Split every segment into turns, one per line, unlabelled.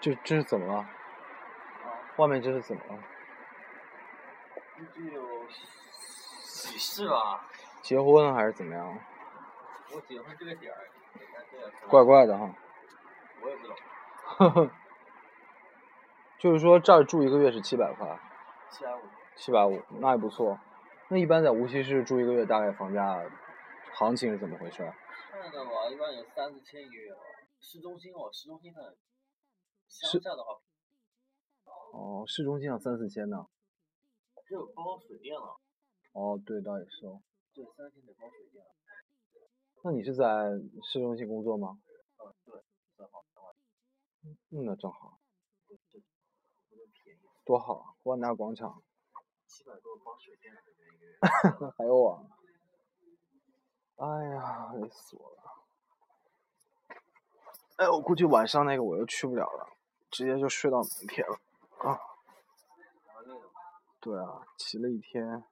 这这是怎么了？外面这是怎么了？
这有喜事吧？
结婚还是怎么样？
我结婚这个点儿，给大家说
怪怪的哈。
我也不懂。
就是说这儿住一个月是七百块，
七百五，
七百五，那也不错。那一般在无锡市住一个月，大概房价行情是怎么回事？
看的吧，一般有三四千一个月吧。市中心哦，市中心很，乡
是
下的话
哦，市中心要三四千呢。
只有包水电了。
哦，对，倒也是哦。
对，三千得包水电了。
那你是在市中心工作吗？
嗯，对，算好，
嗯，那正好，
我就便宜，
多好啊！万达广场
七百多包水电了，一个月。
还有我。哎呀，累死我了。哎，我估计晚上那个我又去不了了，直接就睡到明天了。啊
然后累了嘛，
对啊，骑了一天。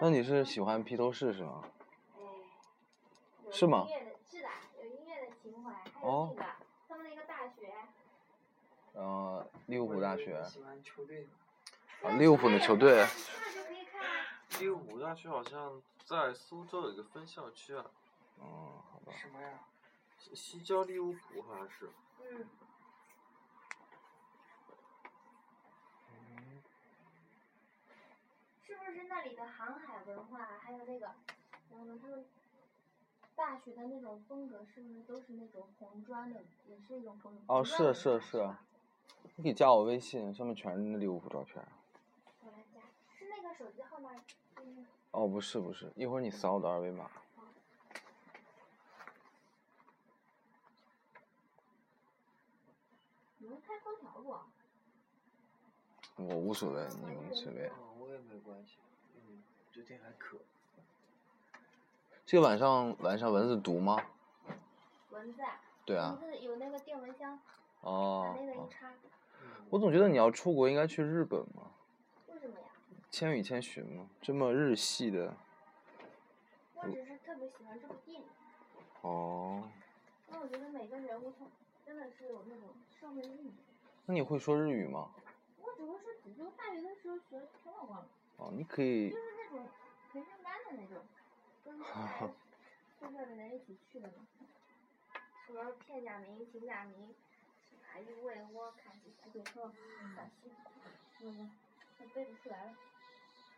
那
嗯
你是喜欢披头士是吗？
对
是吗
有音乐的是的，有音乐的情怀，还
哦
有那个他们那个大学，
呃，利物浦大学
喜欢球队。
啊，利物浦的球队
看就可以看啊。
利物浦大学好像在苏州有一个分校区啊，
嗯，好吧，
什么呀？
西西交利物浦好像是。
嗯，是不是那里的航海文化，还有那个，嗯，他们大学的那种风格，是不是都是那种红砖的，也是一种风格？
哦，
红
是啊
砖文
是啊
化
是啊
吧，
你可以加我微信，上面全是利物浦照片。啊
我来加，是那个手机号码，嗯，
哦，不是不是，一会儿你扫我的二维码。
你们开空调不？
我无所谓，你们随便。
嗯，我也没关系。嗯，最近还渴。
这个晚上晚上蚊子毒吗？
蚊子啊，
对啊
蚊，子有那个电蚊香，把
哦
那个
哦
一插，
我总觉得你要出国应该去日本嘛，
为什么呀？
《千与千寻》嘛，这么日系的。
我只是特别喜欢这部电影，
哦，
因为我觉得每个人物他真的是有那种社会意义。
那你会说日语吗？
我只会说几句，我大学的时候学的挺好玩的，
哦，你可以
就是那种培训班的那种，跟大家宿舍的人一起去的嘛，什么片假名、平假名，啥意味窝、卡西西北特、卡西，嗯，我背不出来了。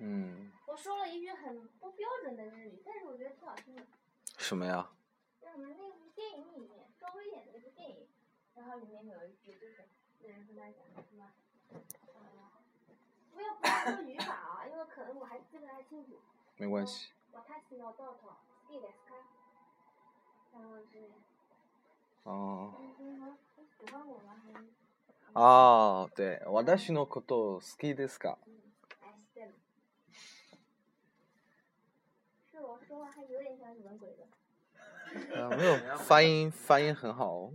嗯，
我说了一句很不标准的日语，但是我觉得挺好听的。
什么呀？
就是那部电影里面，周薇演的那部电影，然后里面有一句就是那人跟他讲什么，呃，我也不知道说语法啊，因为可能我还记不太清楚。
没关系。
我他洗脑到头，地的卡，然后是，
哦
嗯，就是说你喜欢我吗？还是
啊，对，私のこと好きですか？
哎，对了。是我说话还有点像日本鬼子。
呃，没有，发音发音很好哦。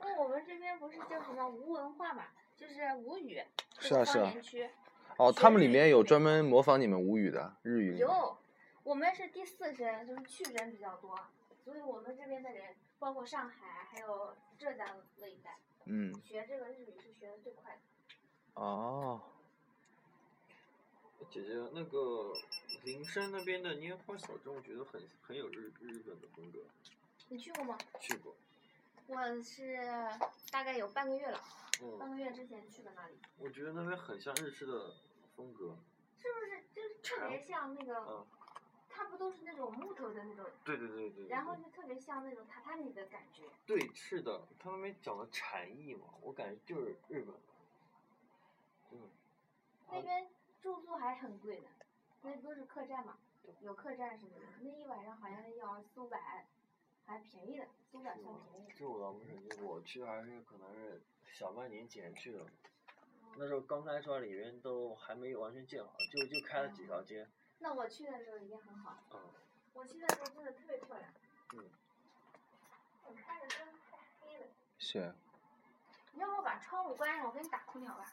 那我们这边不是叫什么无文化嘛，就是无语，
是
就
啊是
方
啊
言区。
哦，他们里面有专门模仿你们吴语的日语里面。
有，我们是第四声，就是去人比较多，所以我们这边的人，包括上海还有浙江那一带，
嗯，
学这个日语是学的最快的。
哦，
姐姐，那个林深那边的拈花小镇，我觉得很很有日日本的风格。
你去过吗？
去过。
我是大概有半个月了，半
嗯，
个月之前去的那里，
我觉得那边很像日式的风格。
是不是就是特别像那个
嗯？
它不都是那种木头的那种，
对对对对。
然后就特别像那种榻榻米的感觉。
对，是的，他们那边讲的禅意嘛，我感觉就是日本。嗯，
那边住宿还很贵呢，那都是客栈嘛，有客栈什么的，那一晚上好像要四五百，还便宜的，四五百算便宜的。
这我倒不是很清楚，我去的还是可能是小半年前去的，
嗯
那时候刚开出来，里面都还没有完全建好，就就开了几条街。
那我去的时候已经很好了，
嗯，
我去的时候真的特别漂亮。
嗯。
我看着真太黑了，
谢。
你要不把窗户关上，我给你打空调吧，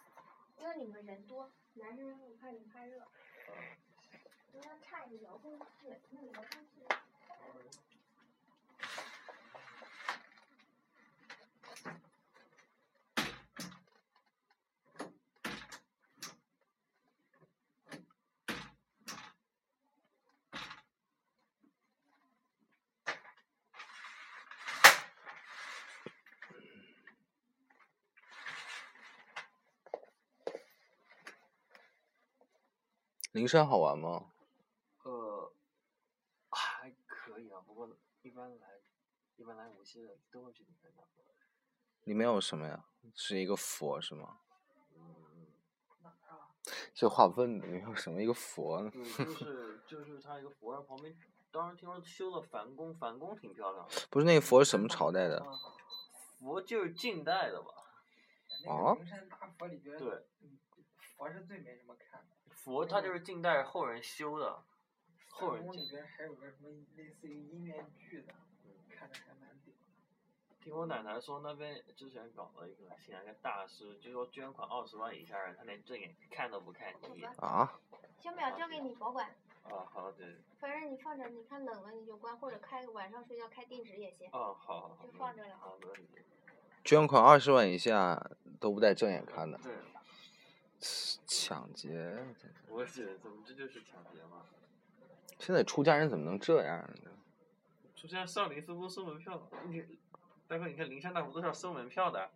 因为你们人多，男生我怕你们怕热。
嗯
你要差一个遥控器，那你遥控器。
灵山好玩吗？
嗯
呃，还可以啊，不过一般来，一般来无锡的都会去灵山大佛。
里面有什么呀？是一个佛是吗？
嗯，哪儿啊？
这话问的，里面有什么一个佛呢？
对，就是就是它一个佛，然后旁边当时听说修了梵宫，梵宫挺漂亮的。
不是那个佛是什么朝代
呃
哦
的？
佛就是近代的吧？
啊
哦
那个灵山大佛里边，嗯
对，
佛是最没什么看的。
佛它
嗯
就是近代后人修的，后
皇
人
宫
建
里边还有个什么类似于音乐剧的，
嗯
看着还蛮屌。
听我奶奶说，那边之前搞了一个请来个大师，就说捐款二十万以下人，他连正眼看都不看你一眼。
啊？
小淼交给你保管，
啊，好，对，
反正你放着，你看冷了你就关，或者开晚上睡觉开定时也行。
啊，好好好，
就放这了
好，没问题。
捐款二十万以下都不带正眼看的，
对，
抢劫！
我也觉得，怎么这就是抢劫嘛？
现在出家人怎么能这样呢？
出现少林寺不收门票吗？你，大哥，你看灵山大佛都是要收门票的，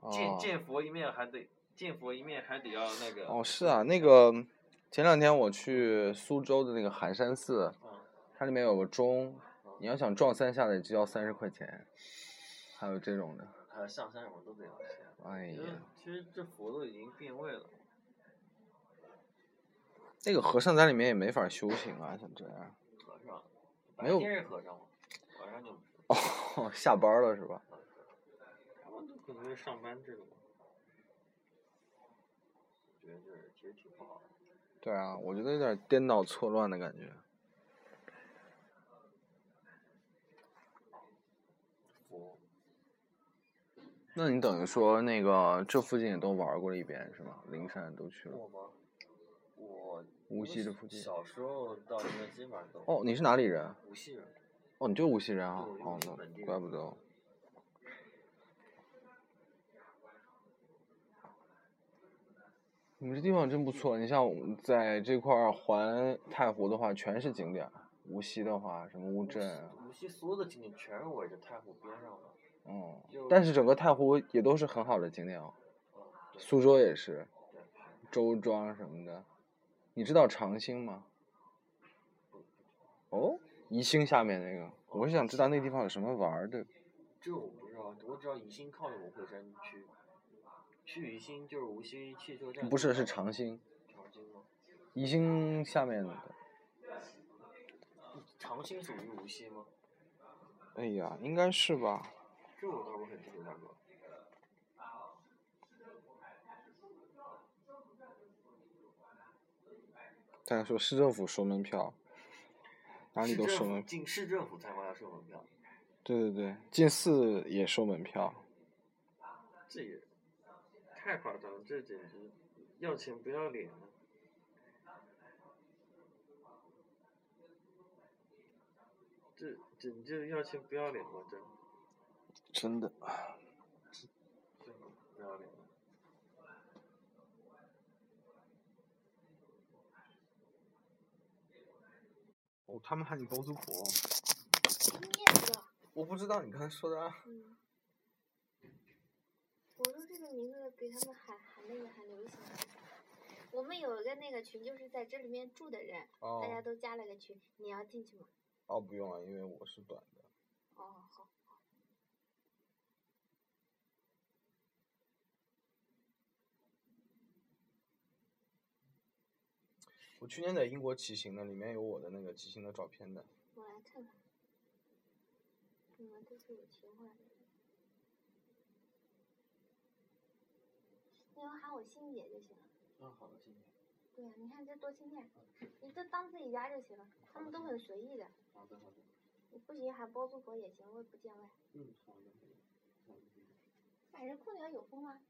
啊见
哦
见佛一面还得见佛一面还得要那个。
哦，是啊，那个前两天我去苏州的那个寒山寺，
嗯。
它里面有个钟，
哦
你要想撞三下来就要三十块钱，还有这种的。
还有上山什么都得要钱。
哎
其实
呀，
其实这佛都已经变味了。
那个和尚在里面也没法修行啊，像这样。
和尚，
没有
白天是和尚嘛，晚上就不是。
哦， 下班了是吧？
他们都可能是上班制的嘛。觉得就是其实挺不好的。
对啊，我觉得有点颠倒错乱的感觉。
佛，
那你等于说那个这附近也都玩过了一遍是吗？灵山都去了。
我吗？我
啊无
我
锡的附近
小时候到那边基本上都。
哦，你是哪里人？
无锡人。
哦，你就是无锡人啊？
对
哦
我，是本地
那
人
怪不得。你们这地方真不错，你像我们在这块儿环太湖的话，全是景点儿；无锡的话，什么乌镇啊，
无锡所有的景点全是围着太湖边上的。
嗯
就，
但是整个太湖也都是很好的景点哦。
嗯，对
苏州也是，
对，
周庄什么的。你知道长兴吗？哦，宜兴下面那个，我是想知道那地方有什么玩儿的。
这我不知道，我知道宜兴靠着文汇山区。去宜兴就是无锡汽车站。
不是，是长兴，
长兴吗？
宜兴下面的。
长兴属于无锡吗？
哎呀，应该是吧？
这我倒不很清楚，大哥。
大家说市政府收门票，哪里
市
都
政
收
府
门。
进市政府才往要收门票，
对对对，进寺也收门票。
这也太夸张了，这简直要钱不要脸啊了。这简直就是要钱不要脸了，真
真的，
真的不要脸了。啊
哦，他们喊你包租婆。
你也知道，
我不知道你刚才说的啊。
嗯。我说这个名字给他们喊喊那个喊流行。我们有一个那个群，就是在这里面住的人，大家
哦
都加了个群，你要进去吗？
哦，不用了，因为我是短的。
哦，好。
我去年在英国骑行的，里面有我的那个骑行的照片的。
我来看看，你们都是有情怀的人。你要喊我欣姐就行了。
那好了，今天
对呀、啊你看这多亲切，你就当自己家就行了。他们都很随意的，
好的好的，
你不行喊包租婆也行，我也不见外。
嗯好的好的，
买这空调有风吗？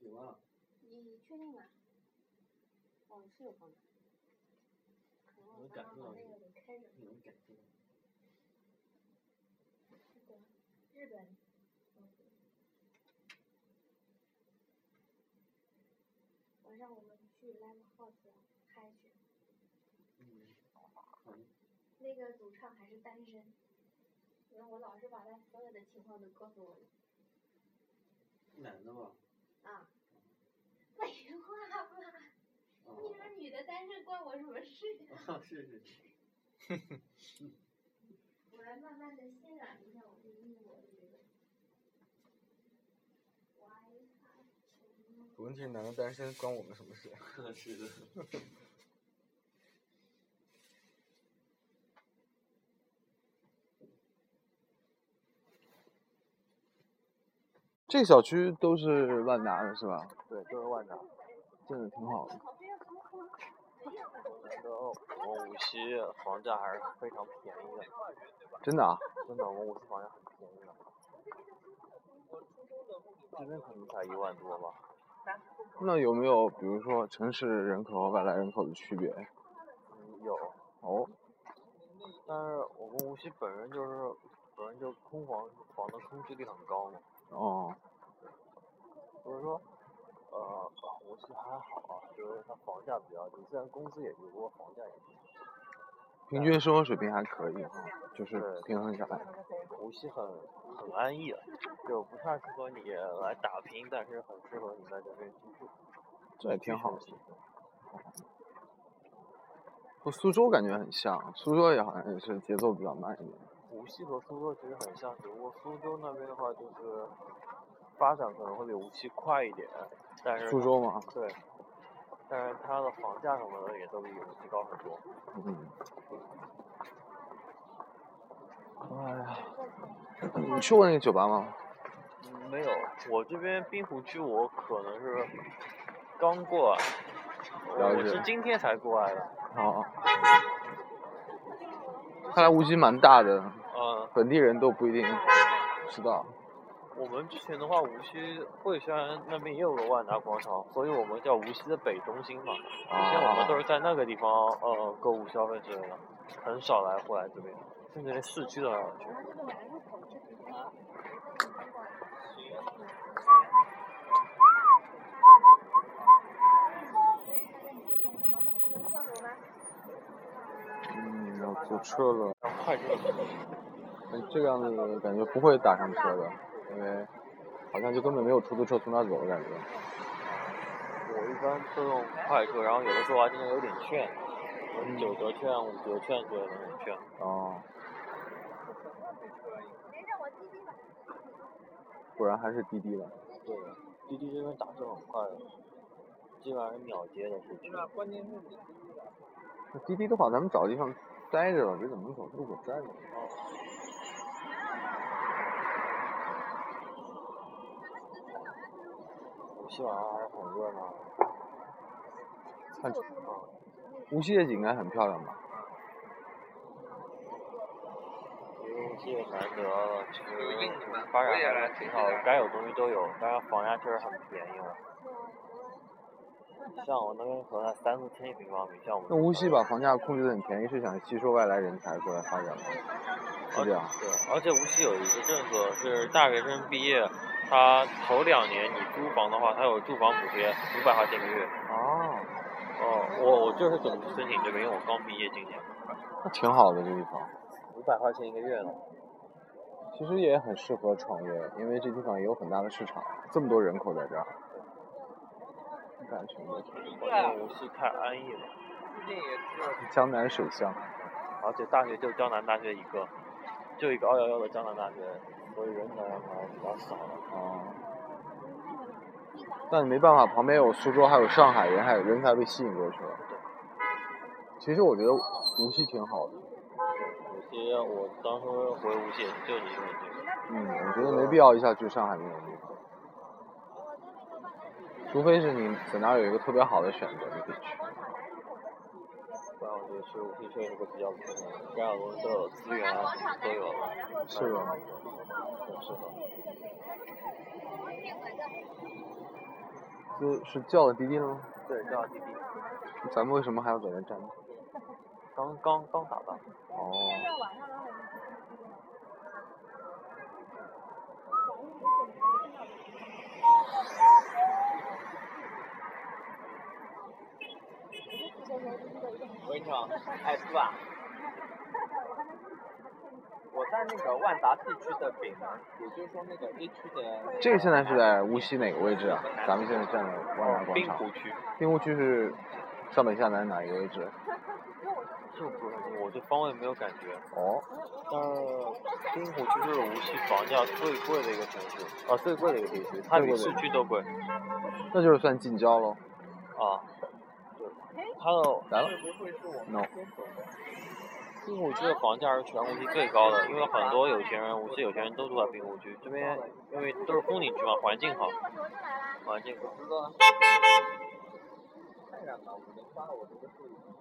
有啊，
你确定吗？哦，是有风的。可能
我
我刚
感
刚
受
把
到
那
你
个给开着了。
你能感觉到。
对，日嗯本。晚上我们去 Live House 嗨去，
嗯，好的，
那个主唱还是单身，嗯然后我老师把他所有的情况都告诉我了
男的吧，
啊，废话吧，你说女的单身关我什么事呀？
啊， 是是是，
我来慢慢的欣赏一下我这英国的这个。Wi-Fi
问题是男的单身关我们什么事？
是的。
这个小区都是万达的是吧？
对，都是万达。
建的挺好的。
我们无锡房价还是非常便宜的，
真的啊？
真的，我们无锡房价很便宜的。这边可能才一万多吧。
那有没有比如说城市人口和外来人口的区别？
嗯，有，
哦，
但是呃我们无锡本身就是，本身就是空房房的空置率很高嘛，
哦，
所以说，呃，无锡还好啊，就是它房价比较低，虽然工资也低，不过房价也低。
平均生活水平还可以哈，就是平衡下来。
无锡很很安逸，就不太适合你来打拼，但是很适合你在这边居住。
这也挺好的。和苏州感觉很像，苏州也好像也是节奏比较慢一点。
无锡和苏州其实很像，只不过苏州那边的话就是发展可能会比无锡快一点，但是
苏州嘛，
对，但是它的房价什么的也都比无锡高很多。
嗯。哎呀，嗯你去过那个酒吧吗？
嗯没有，我这边滨湖区我可能是刚过来，
了
我我
解
是今天才过来的。
哦。看来无锡蛮大的，
嗯，
本地人都不一定知道。
我们之前的话，无锡惠山那边也有个万达广场，所以我们叫无锡的北中心嘛。之
啊
前我们都是在那个地方呃购物消费之类的，很少来过来这边，甚至连市区都来不去。
有厕所吗？
嗯，我坐车了。
然后快递
嗯，这样子感觉不会打上车的，因为好像就根本没有出租车从那儿走的感觉。
我一般都用快车，然后有的时候还真的有点券，有九折券、五折券之类的那种券。
哦，
没事，我滴滴吧。
果然还是滴滴了。
对，滴滴这边打折很快的，基本上是秒接的市区。
那滴滴的话，咱们找个地方待着吧，别怎么走路口待着。
无锡晚上还是很热闹的。
看，无锡夜景应该很漂亮吧？
因为这个难得了，其实发展还是挺好的，该有东西都有，但是房价确实很便宜了。像我那边可能才三四千一平方米，像我们
那无锡把房价控制的很便宜，是想吸收外来人才过来发展吗？是这样。
对，而且无锡有一个政策是大学生毕业，他头两年你租房的话，他有住房补贴五百块钱一个月。
哦，
哦，我我就是准备申请这个，因为我刚毕业今年，
那挺好的这地方，
五百块钱一个月呢。
其实也很适合创业，因为这地方也有很大的市场，这么多人口在这儿。感觉
反正无锡太安逸了，
江南水乡，
而且大学就江南大学一个，就一个二幺幺的江南大学，所以人才还比较少的。
哦，但没办法，旁边有苏州，还有上海人，还有人才被吸引过去了。其实我觉得无锡挺好的，
无锡，我当初回无锡也是就你因为这个。
嗯，我觉得没必要一下去上海那种地方，除非是你在那儿有一个特别好的选择，你可以去。
不然我觉得去无锡确实会比较困难，该有东西都有，资源啊什么都有了，
是啊，
很适合。
就是叫了滴滴了吗？
对，叫滴滴，
咱们为什么还要在那站着？
刚刚刚打到。
哦，
我跟你讲，哎，叔啊，我在那个万达地区的北门，也就是说那个 A 区的。
这个现
哦
在是在无锡哪个位置啊？咱们现在站在万达广
滨
场
湖，区，
滨湖区是上北下南哪一个位置？
就不是我对方位没有感觉，
哦，
但是滨湖区就是无锡房价最贵的一个城市，啊，最贵的一个地区，它
最贵
比
的
市区都贵
那就是算近郊喽。
啊。对，它的
来了
不会是我
哦
，no，
滨湖区的房价是全无锡最高的，因为很多有钱人，无锡有钱人都住在滨湖区，这边因为都是风景区嘛，环境好，
我头就来啦。
环境好。
太染了，五零八我这个是已经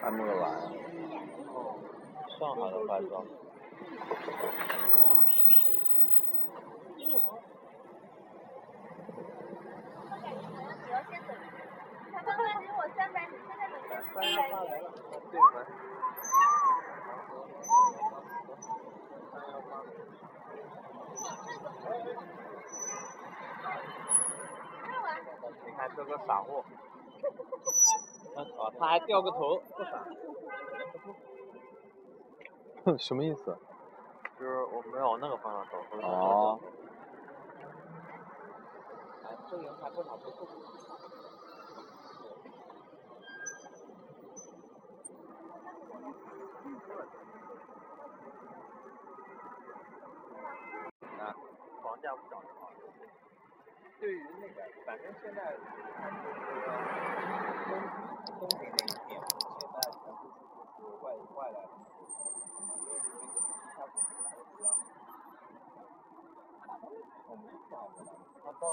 还没有来。
上海的牌照。
你要先等。他刚刚给我三百，你现在等三百。
对门。你看这个傻 货，啊，他还掉个头，不傻。
哼，什么意思？
就是我没有那个方向走，我是说
哦
哎，这人还不傻，不错。
房价不涨的话，
对于那个，反正现在看这个东东北那一片，现在全部是外外来的，因为你们他不是还比较，我们下午他到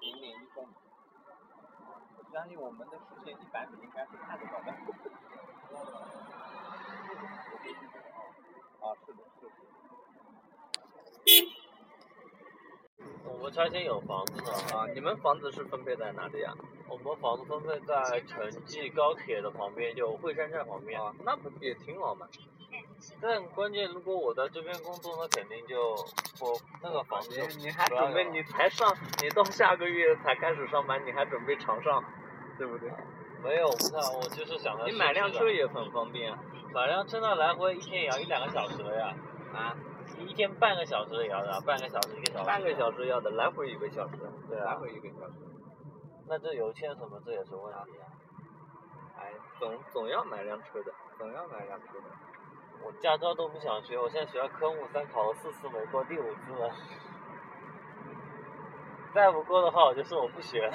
零点一分，我相信我们的视线一百米应该是看得到的。啊，是的，是的。
我拆迁有房子的，
啊，你们房子是分配在哪里呀、啊
我们房子分配在城际高铁的旁边，就惠山站旁边。
啊，那不也挺好嘛？
但关键如果我在这边工作，那肯定就我那个房子就
你你还
不要
准备
了
你才上，你到下个月才开始上班，你还准备长上，对不对？
没有，不看我就是想着
你买辆车
也
也很方便啊。
买辆车那来回一天也要一两个小时了呀，
啊，
一天半个小时也要的，半个小时一个小时。
半个
时。
小时要的，来回一个小时，
对
来
啊，
回一个小时。
那这油钱什么这也是问题啊。
哎，总总要买辆车的，总要买辆车的。
我驾照都不想学，我现在学了科目三，考了四次没过，第五次了。再不过的话，我就说我不 学了。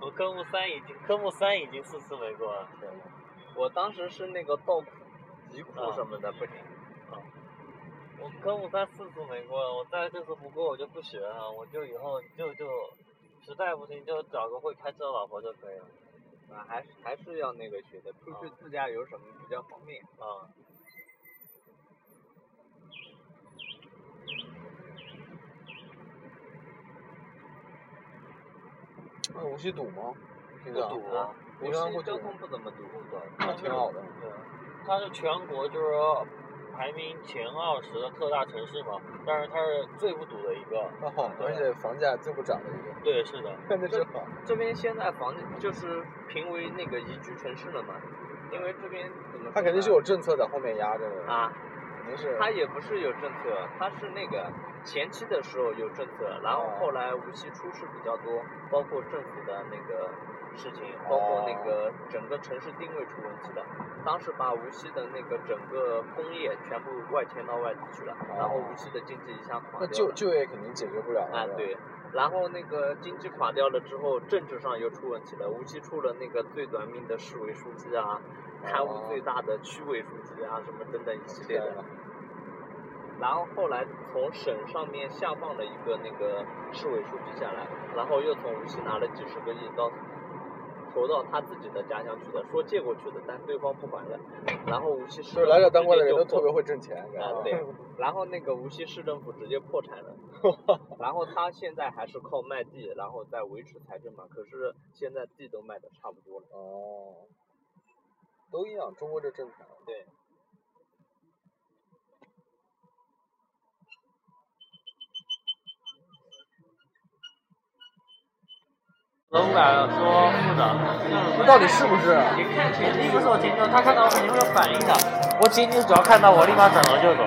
我科目三已经科目三已经四次没过了。
我当时是那个倒库、急库
啊
什么的不行。
我科目三四次没过了，我再这次不过我就不学了，我就以后就就实在不行就找个会开车的老婆就可以了。
啊，还是还是要那个学的，出去自驾游什么比较方便。
啊、
那无锡堵吗？不
不堵啊，
平
无
常会
锡
堵
交
吗，
通不嗯怎么堵，
那挺好的。
对，它是全国就是说排名前二十的特大城市嘛，但是它是最不堵的一个。
那好，而且房价最不涨的一个，
对，是的。
看的真 好。
这边现在房子就是评为那个宜居城市了嘛，因为这边怎么说呢
他肯定是有政策在后面压着的，
啊，
肯定是。
他也不是有政策，他是那个前期的时候有政策，然后后来无锡出事比较多，包括政府的那个事情，包括那个整个城市定位出问题的，当时把无锡的那个整个工业全部外迁到外地去了，然后无锡的经济一下垮
那
掉
就
了。
就业肯定解决不了
啊
了。，是吧。
对。然后那个经济垮掉了之后，政治上又出问题了。无锡出了那个最短命的市委书记啊，贪
哦
污最大的区委书记啊，什么等等一系列的。然后后来从省上面下放了一个那个市委书记下来，然后又从无锡拿了几十个亿到投到他自己的家乡去的，说借过去的，但对方不还了。然后无锡市
就是来这
政
当
府
官
直
的
接
人
就
都特别
破
会挣钱，感
啊
觉
对，然后那个无锡市政府直接破产了， 然后他现在还是靠卖地，然后再维持财政嘛。可是现在地都卖的差不多了。
哦，都一样，中国这正常。
对。
我买了说不的，
到底是不啊是？
你看前第一个是我前女友，她看到我肯定会有反应的。我前女友只要看到我，立马转头就 走。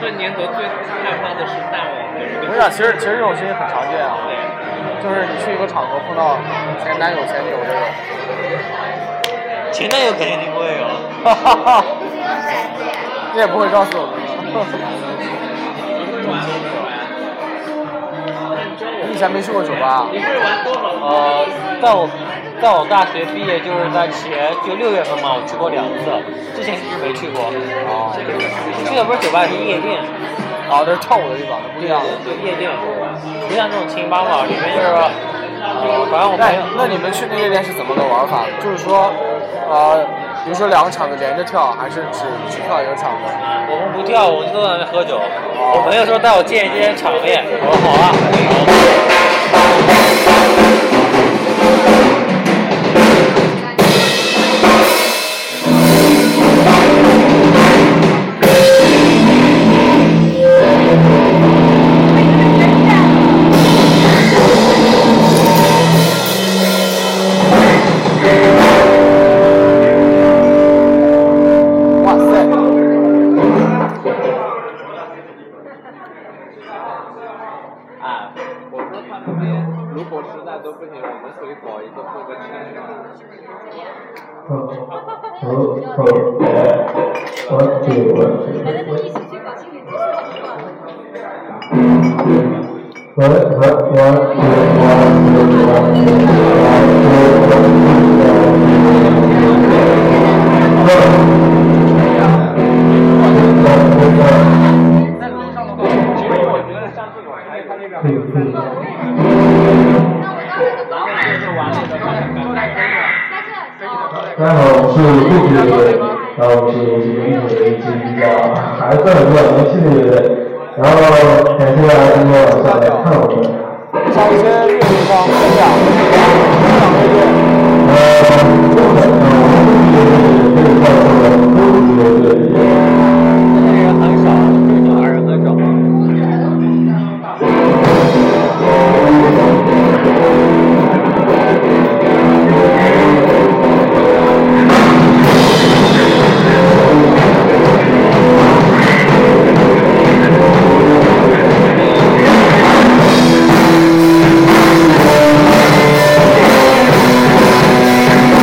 这年头最害怕的是淡忘的人。
我
啊
想，啊其实其实这种事情很常见啊，就是你去一个场合碰到前男友、前女友这种。
前男友肯定会有，
哈哈哈，
你要骰子呀？
你也不会告诉我 们。
会玩吗？会玩。
你以前没去过酒吧？啊
你会玩多少？
呃，在我在我大学毕业就是在前就六月份嘛，我去过两次，之前一直没去过。
哦，
我去的不是酒吧，是夜店，
哦，那是跳舞的地方，那不一样。
就夜店，不像这种清吧嘛，里面就是呃，反正我
那
朋
哎
友
那你们去那夜店是怎么个玩法？就是说，呃，比如说两个场子连着跳，还是只只跳一个场子？
我们不跳，我们都在那喝酒。我朋友说带我见一见场面，我说好啊。
哇塞！
啊，我说他那边如果实在都不行，我们可以搞一个做个签约。
没有酒标的，反正就一起去搞心理咨询嘛。那我当时就搞好了。那这样
嗯
行。
大家好，我是杜主任，然后呃我是我是一组一呃组比较还算比较年轻呃的一个人，然后感谢大家今天晚上来看我们。
找一些乐队方分享，分享乐队。
呃，这个呢，我们是这个叫做中级乐队，然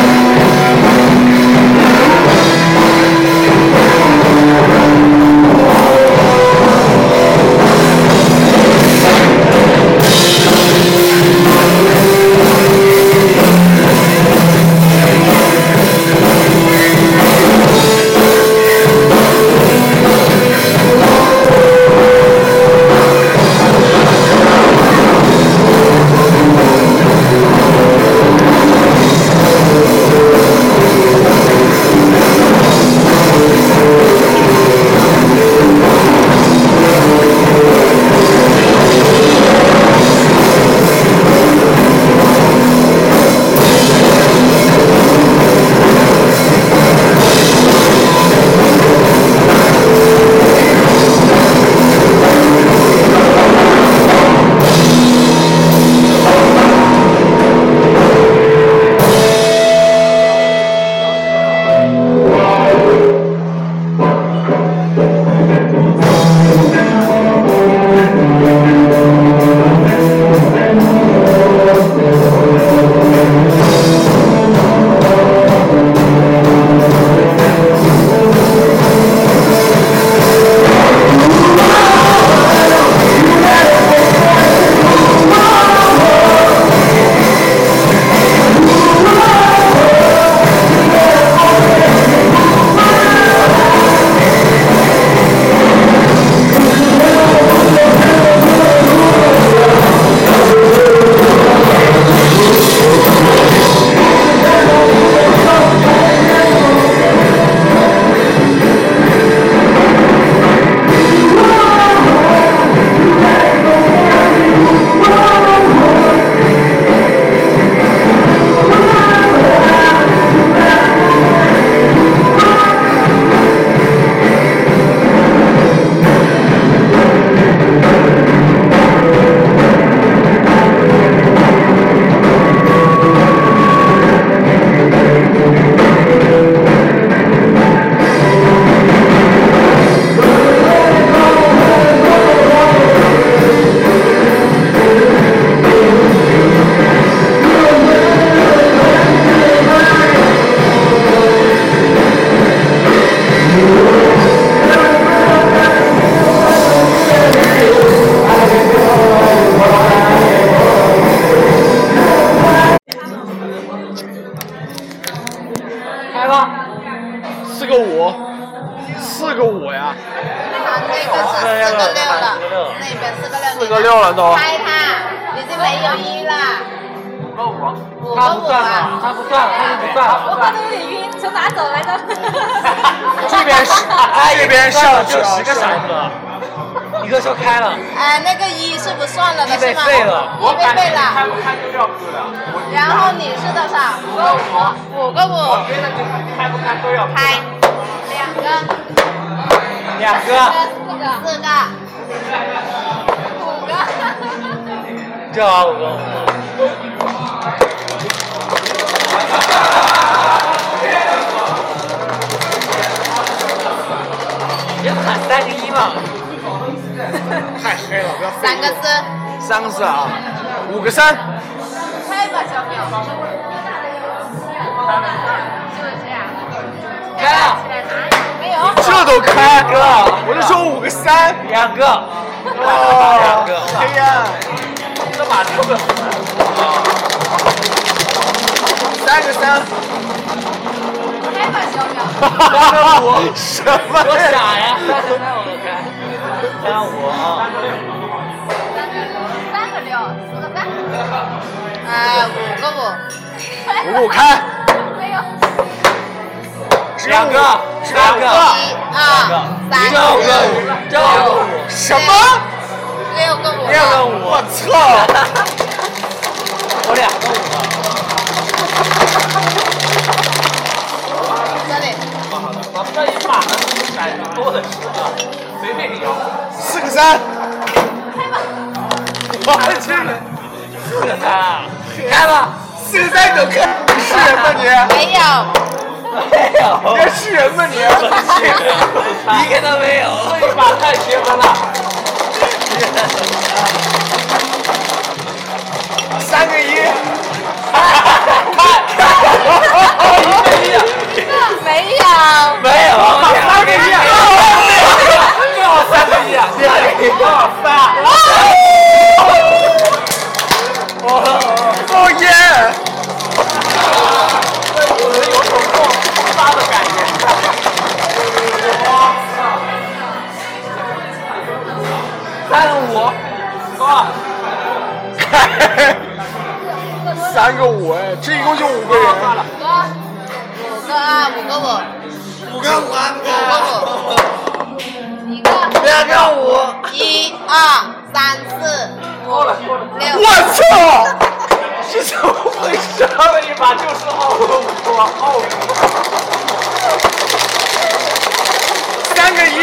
我
在
四
要
个
要
六
四
了
个六，
那边四个六，
四个六了都
拍他，已经没有一了，五个
他
五
不算
啊
啊，，他不算，他不算。
我都有点晕，从哪走来着？
这边是，这边上就十个骰子了，一个就开了，
哎，那个一是不算了的
一被
是吗？
废了，
一被废了，然后你是多少？五个五，五个五，
觉得就是看不看都要
拍两个。
两个，
四个，五个，
正好五个。你就喊三个一嘛，
太黑了，不要
三个四，
三个四啊，五个三，
拍吧，小淼。就是这样。
开了
没有，
这都开
哥
我就说五个三，
两个，
哦，黑暗，
这把六个，
三个三，
拍吧，小淼。
什么
我
呀？
傻呀，三十三我都开，三五啊，
三个六，四个三。哎，五个五。
五五开，
没有。
两个，三个，
一二三
正五个五，正好五。
什么？
六个五。
六个五
我操！
我两个五
这里
了，咱们这一把骰子多的是啊，随便摇。
四个三，我去，
四个三啊，开吧。
四个三都开，你是人吗你？
没有，
没有
你，这是人吗你？
一个都没有，这一把太邪门了。
三个一，
没有，
没有，
三个一，
掉三个亿啊，掉三个亿，掉三。
哦耶！
三五，哇，
三个五哎，这一共就五个人，
五个二，五个五，
五个五啊，
五个五。一个。
两个五，
一二三四五六
我操，这怎么回事？
这一把就是奥文五，奥文
三个一，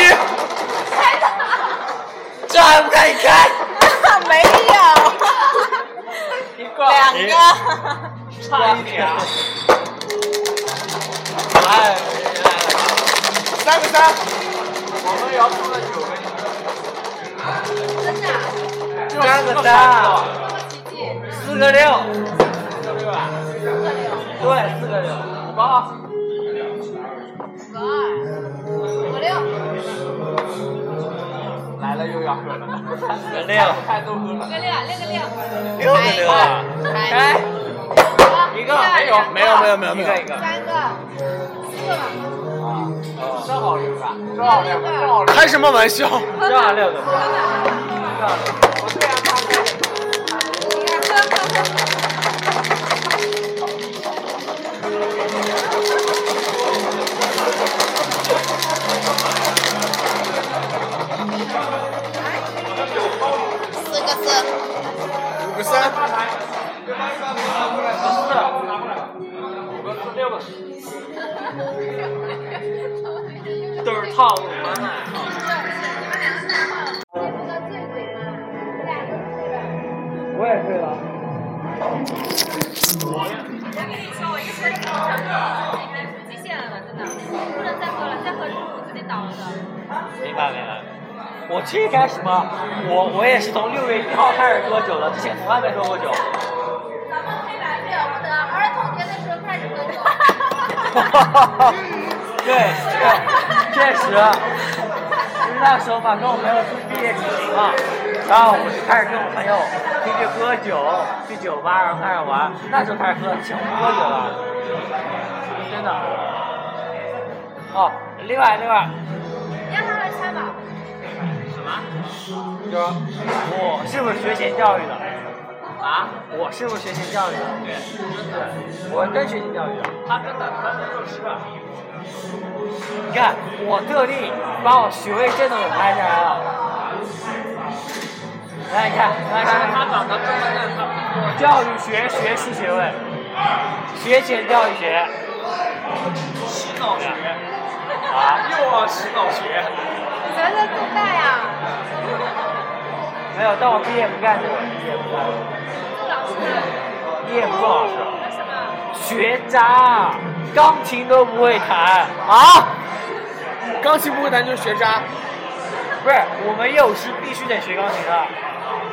这还不赶紧开？
没有，
一个
两个，
差一点啊。哎，
三个三，
三个三，四个六，对，四个六，五个二，
五个二，五六，
四个六，
六个六啊，六个六，
六个六啊，
哎
开
一个没有，
没有没有没有没有
一个一，个，
哎三个，四个，
六个，
开什么玩笑？
正好六个。
四个四，
五个三，
都是套路嘛。我也会了。
我跟你说，我一喝这个酒，已经极限了，真的，不能再喝了，再喝我直接倒了的。
明白明白。我最开始嘛，我我也是从六月一号开始喝酒的，之前从来没喝过酒。
咱们黑白配不得，儿童节的时候开始喝酒。
对，是的，确实，就是那时候嘛，跟我朋友出去毕业旅行嘛，然后我就开始跟我朋友出去喝酒，去酒吧然后开始玩，那时候开始喝酒喝酒了，真的。哦，另外另外，
让他来猜吧。
什么？哦
就是我是不是学前教育的？
啊，
我是不是学前教育的？
对，真的，
我真学前教育的。
他真的，他是肉吃的。
你看，我特地把我学位证都给拍下来了。来，你看，来看
他长得真的像他。
教育学学士学位，学前教育学，
洗脑学，
啊，
又要洗脑学。
你们在自带呀？
没有，但我毕业不干这个，毕业不干这
做老师的，
个，毕业不做老师，
为什么？
学渣，钢琴都不会弹啊！
钢琴不会弹就是学渣。
不是，我们幼师必须得学钢琴啊的，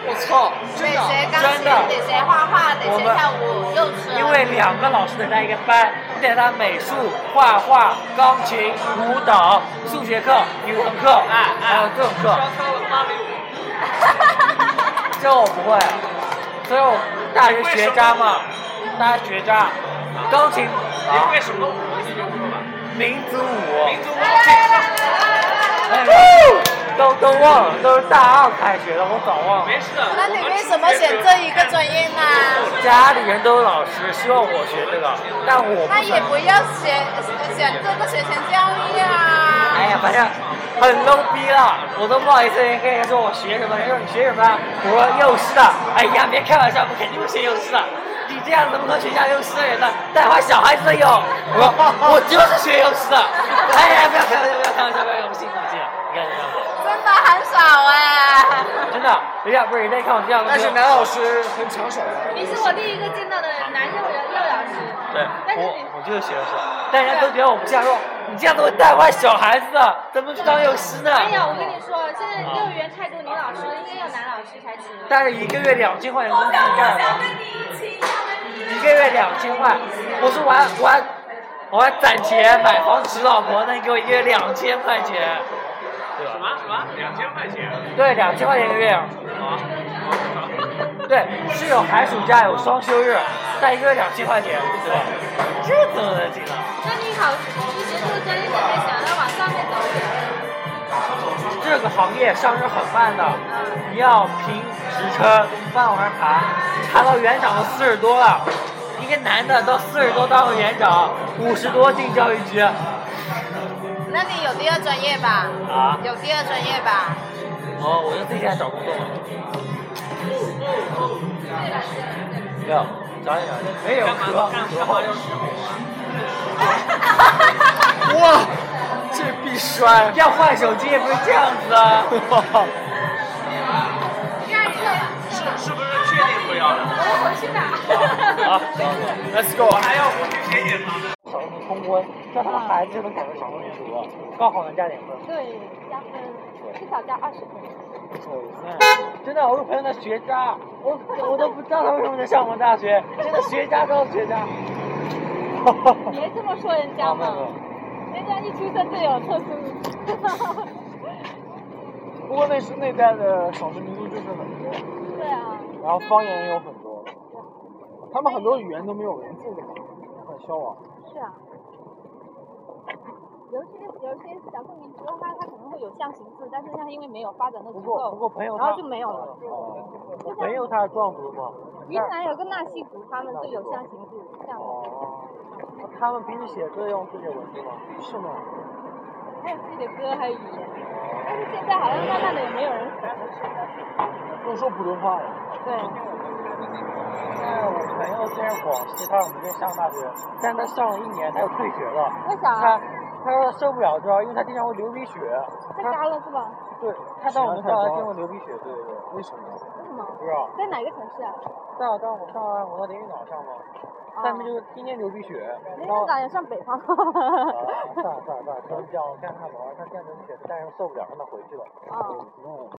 我操，
得
真的。啊
学钢琴，得学画画，得学跳舞，幼稚。
因为两个老师得在一个班，你得他美术、画画、钢琴、舞蹈、数学课、语文课，
啊
哎，还有各种课。这我不会，啊所以我大学学渣嘛，大学学渣，钢琴、
你为什么我你就不了？
民族舞，
民族舞哦这
哎呦都都忘了，都是大二开学的，我早忘了。
没事。
那你为什么选这一个专业呢？
家里人都是老师，希望我学这个，但我不
那也
想。
不要学选这个学前教育啊。
哎呀，反正很 low 逼了，我都不好意思跟人家说我学什么，人家说你学什么啊？我说幼师的。哎呀，别开玩笑，我肯定不学幼师的。你这样怎么能学下幼师的人呢？带坏小孩子的哟！我说我就是学幼师的。哎呀，不要开玩笑，不要开玩笑，不要开玩笑，我不信，我不信。你看，你看，
真的很少哎、
真的，人家不是人家看我这样，
但是男老师很抢手的，
你是我第一个见到的男幼儿幼老师，
对，
但是
我
你
我就是学幼师的，但人家都觉得我不像，说你这样子会带坏小孩子的，怎么去当幼师呢？
哎呀，我跟你说，现在幼儿园太多女老师了，应该要男老师才行。
但是一个月两千块钱工资你干嘛？一个月两千块，我说我还我还我还攒钱买房娶老婆，那你给我一个月两千块钱，对
什么
吧？
什么两千块钱？哦
对，两千块钱一个月。对，是有寒暑假有双休日，但一个月两千块钱，对吧？这怎么能行呢？啊
那你考医学这个专业准备想要往上面走一点？
这个行业上升很慢的，你要凭职称慢慢爬，爬到园长都四十多了，一个男的到四十多当个园长，五十多进教育局
那你有第二专业吧？
啊！
有第二专业吧？
哦，我就自己在找工作嘛。没有，找你找你，没有
干嘛
哥，
干干嘛要学我？
哇，这必摔。
要换手机也不是这样子啊。
是是不是确定不要了？
我回去吧。
好
Let's go。
还要回去写检查呢。
少数通婚，让他们孩子能赶上少数民族，高考能加点分。
对，加分，至少加二十分。
真的，我有朋友的学渣，我我都不知道他为什么能上我们大学，真的学渣都是学渣。
别这么说人家嘛，人家一出生就有特殊。
不过那是那代的少数民族就是很多，
对啊，
然后方言也有很多，他们很多语言都没有文字的，很消亡。
是啊。有些有些少数民族的话，它可能会有象形字，但是它因为没有发展的足
不过
够，
不过朋友
然
他
后就没有了。
我朋友他是壮族嘛，
云南有个纳西族，他们就有象形字，像
哦，他们平时写歌用自己的文字吗？
是吗？
还有自己的歌，还有语言。但是现在好像慢慢的也没有人学了。
都说普通话了。
对，
但我朋友虽然广西，他我们这上大学，但他上了一年他就退学了。
为啥
他他说受不了，知道，因为他经常会流鼻血。
太干了是吧？
对，他到我们上来经常流鼻血，对对对，
为什么？
为什么？
不知道。
在哪个城市啊？
但我当我上来我在连云港上嘛，他们就是天天流鼻血，
连
然后
云港也算北方。
啊，算了算了算了，可能叫干他玩，他现在能写，但是受不了，让他回去了。
啊。
嗯。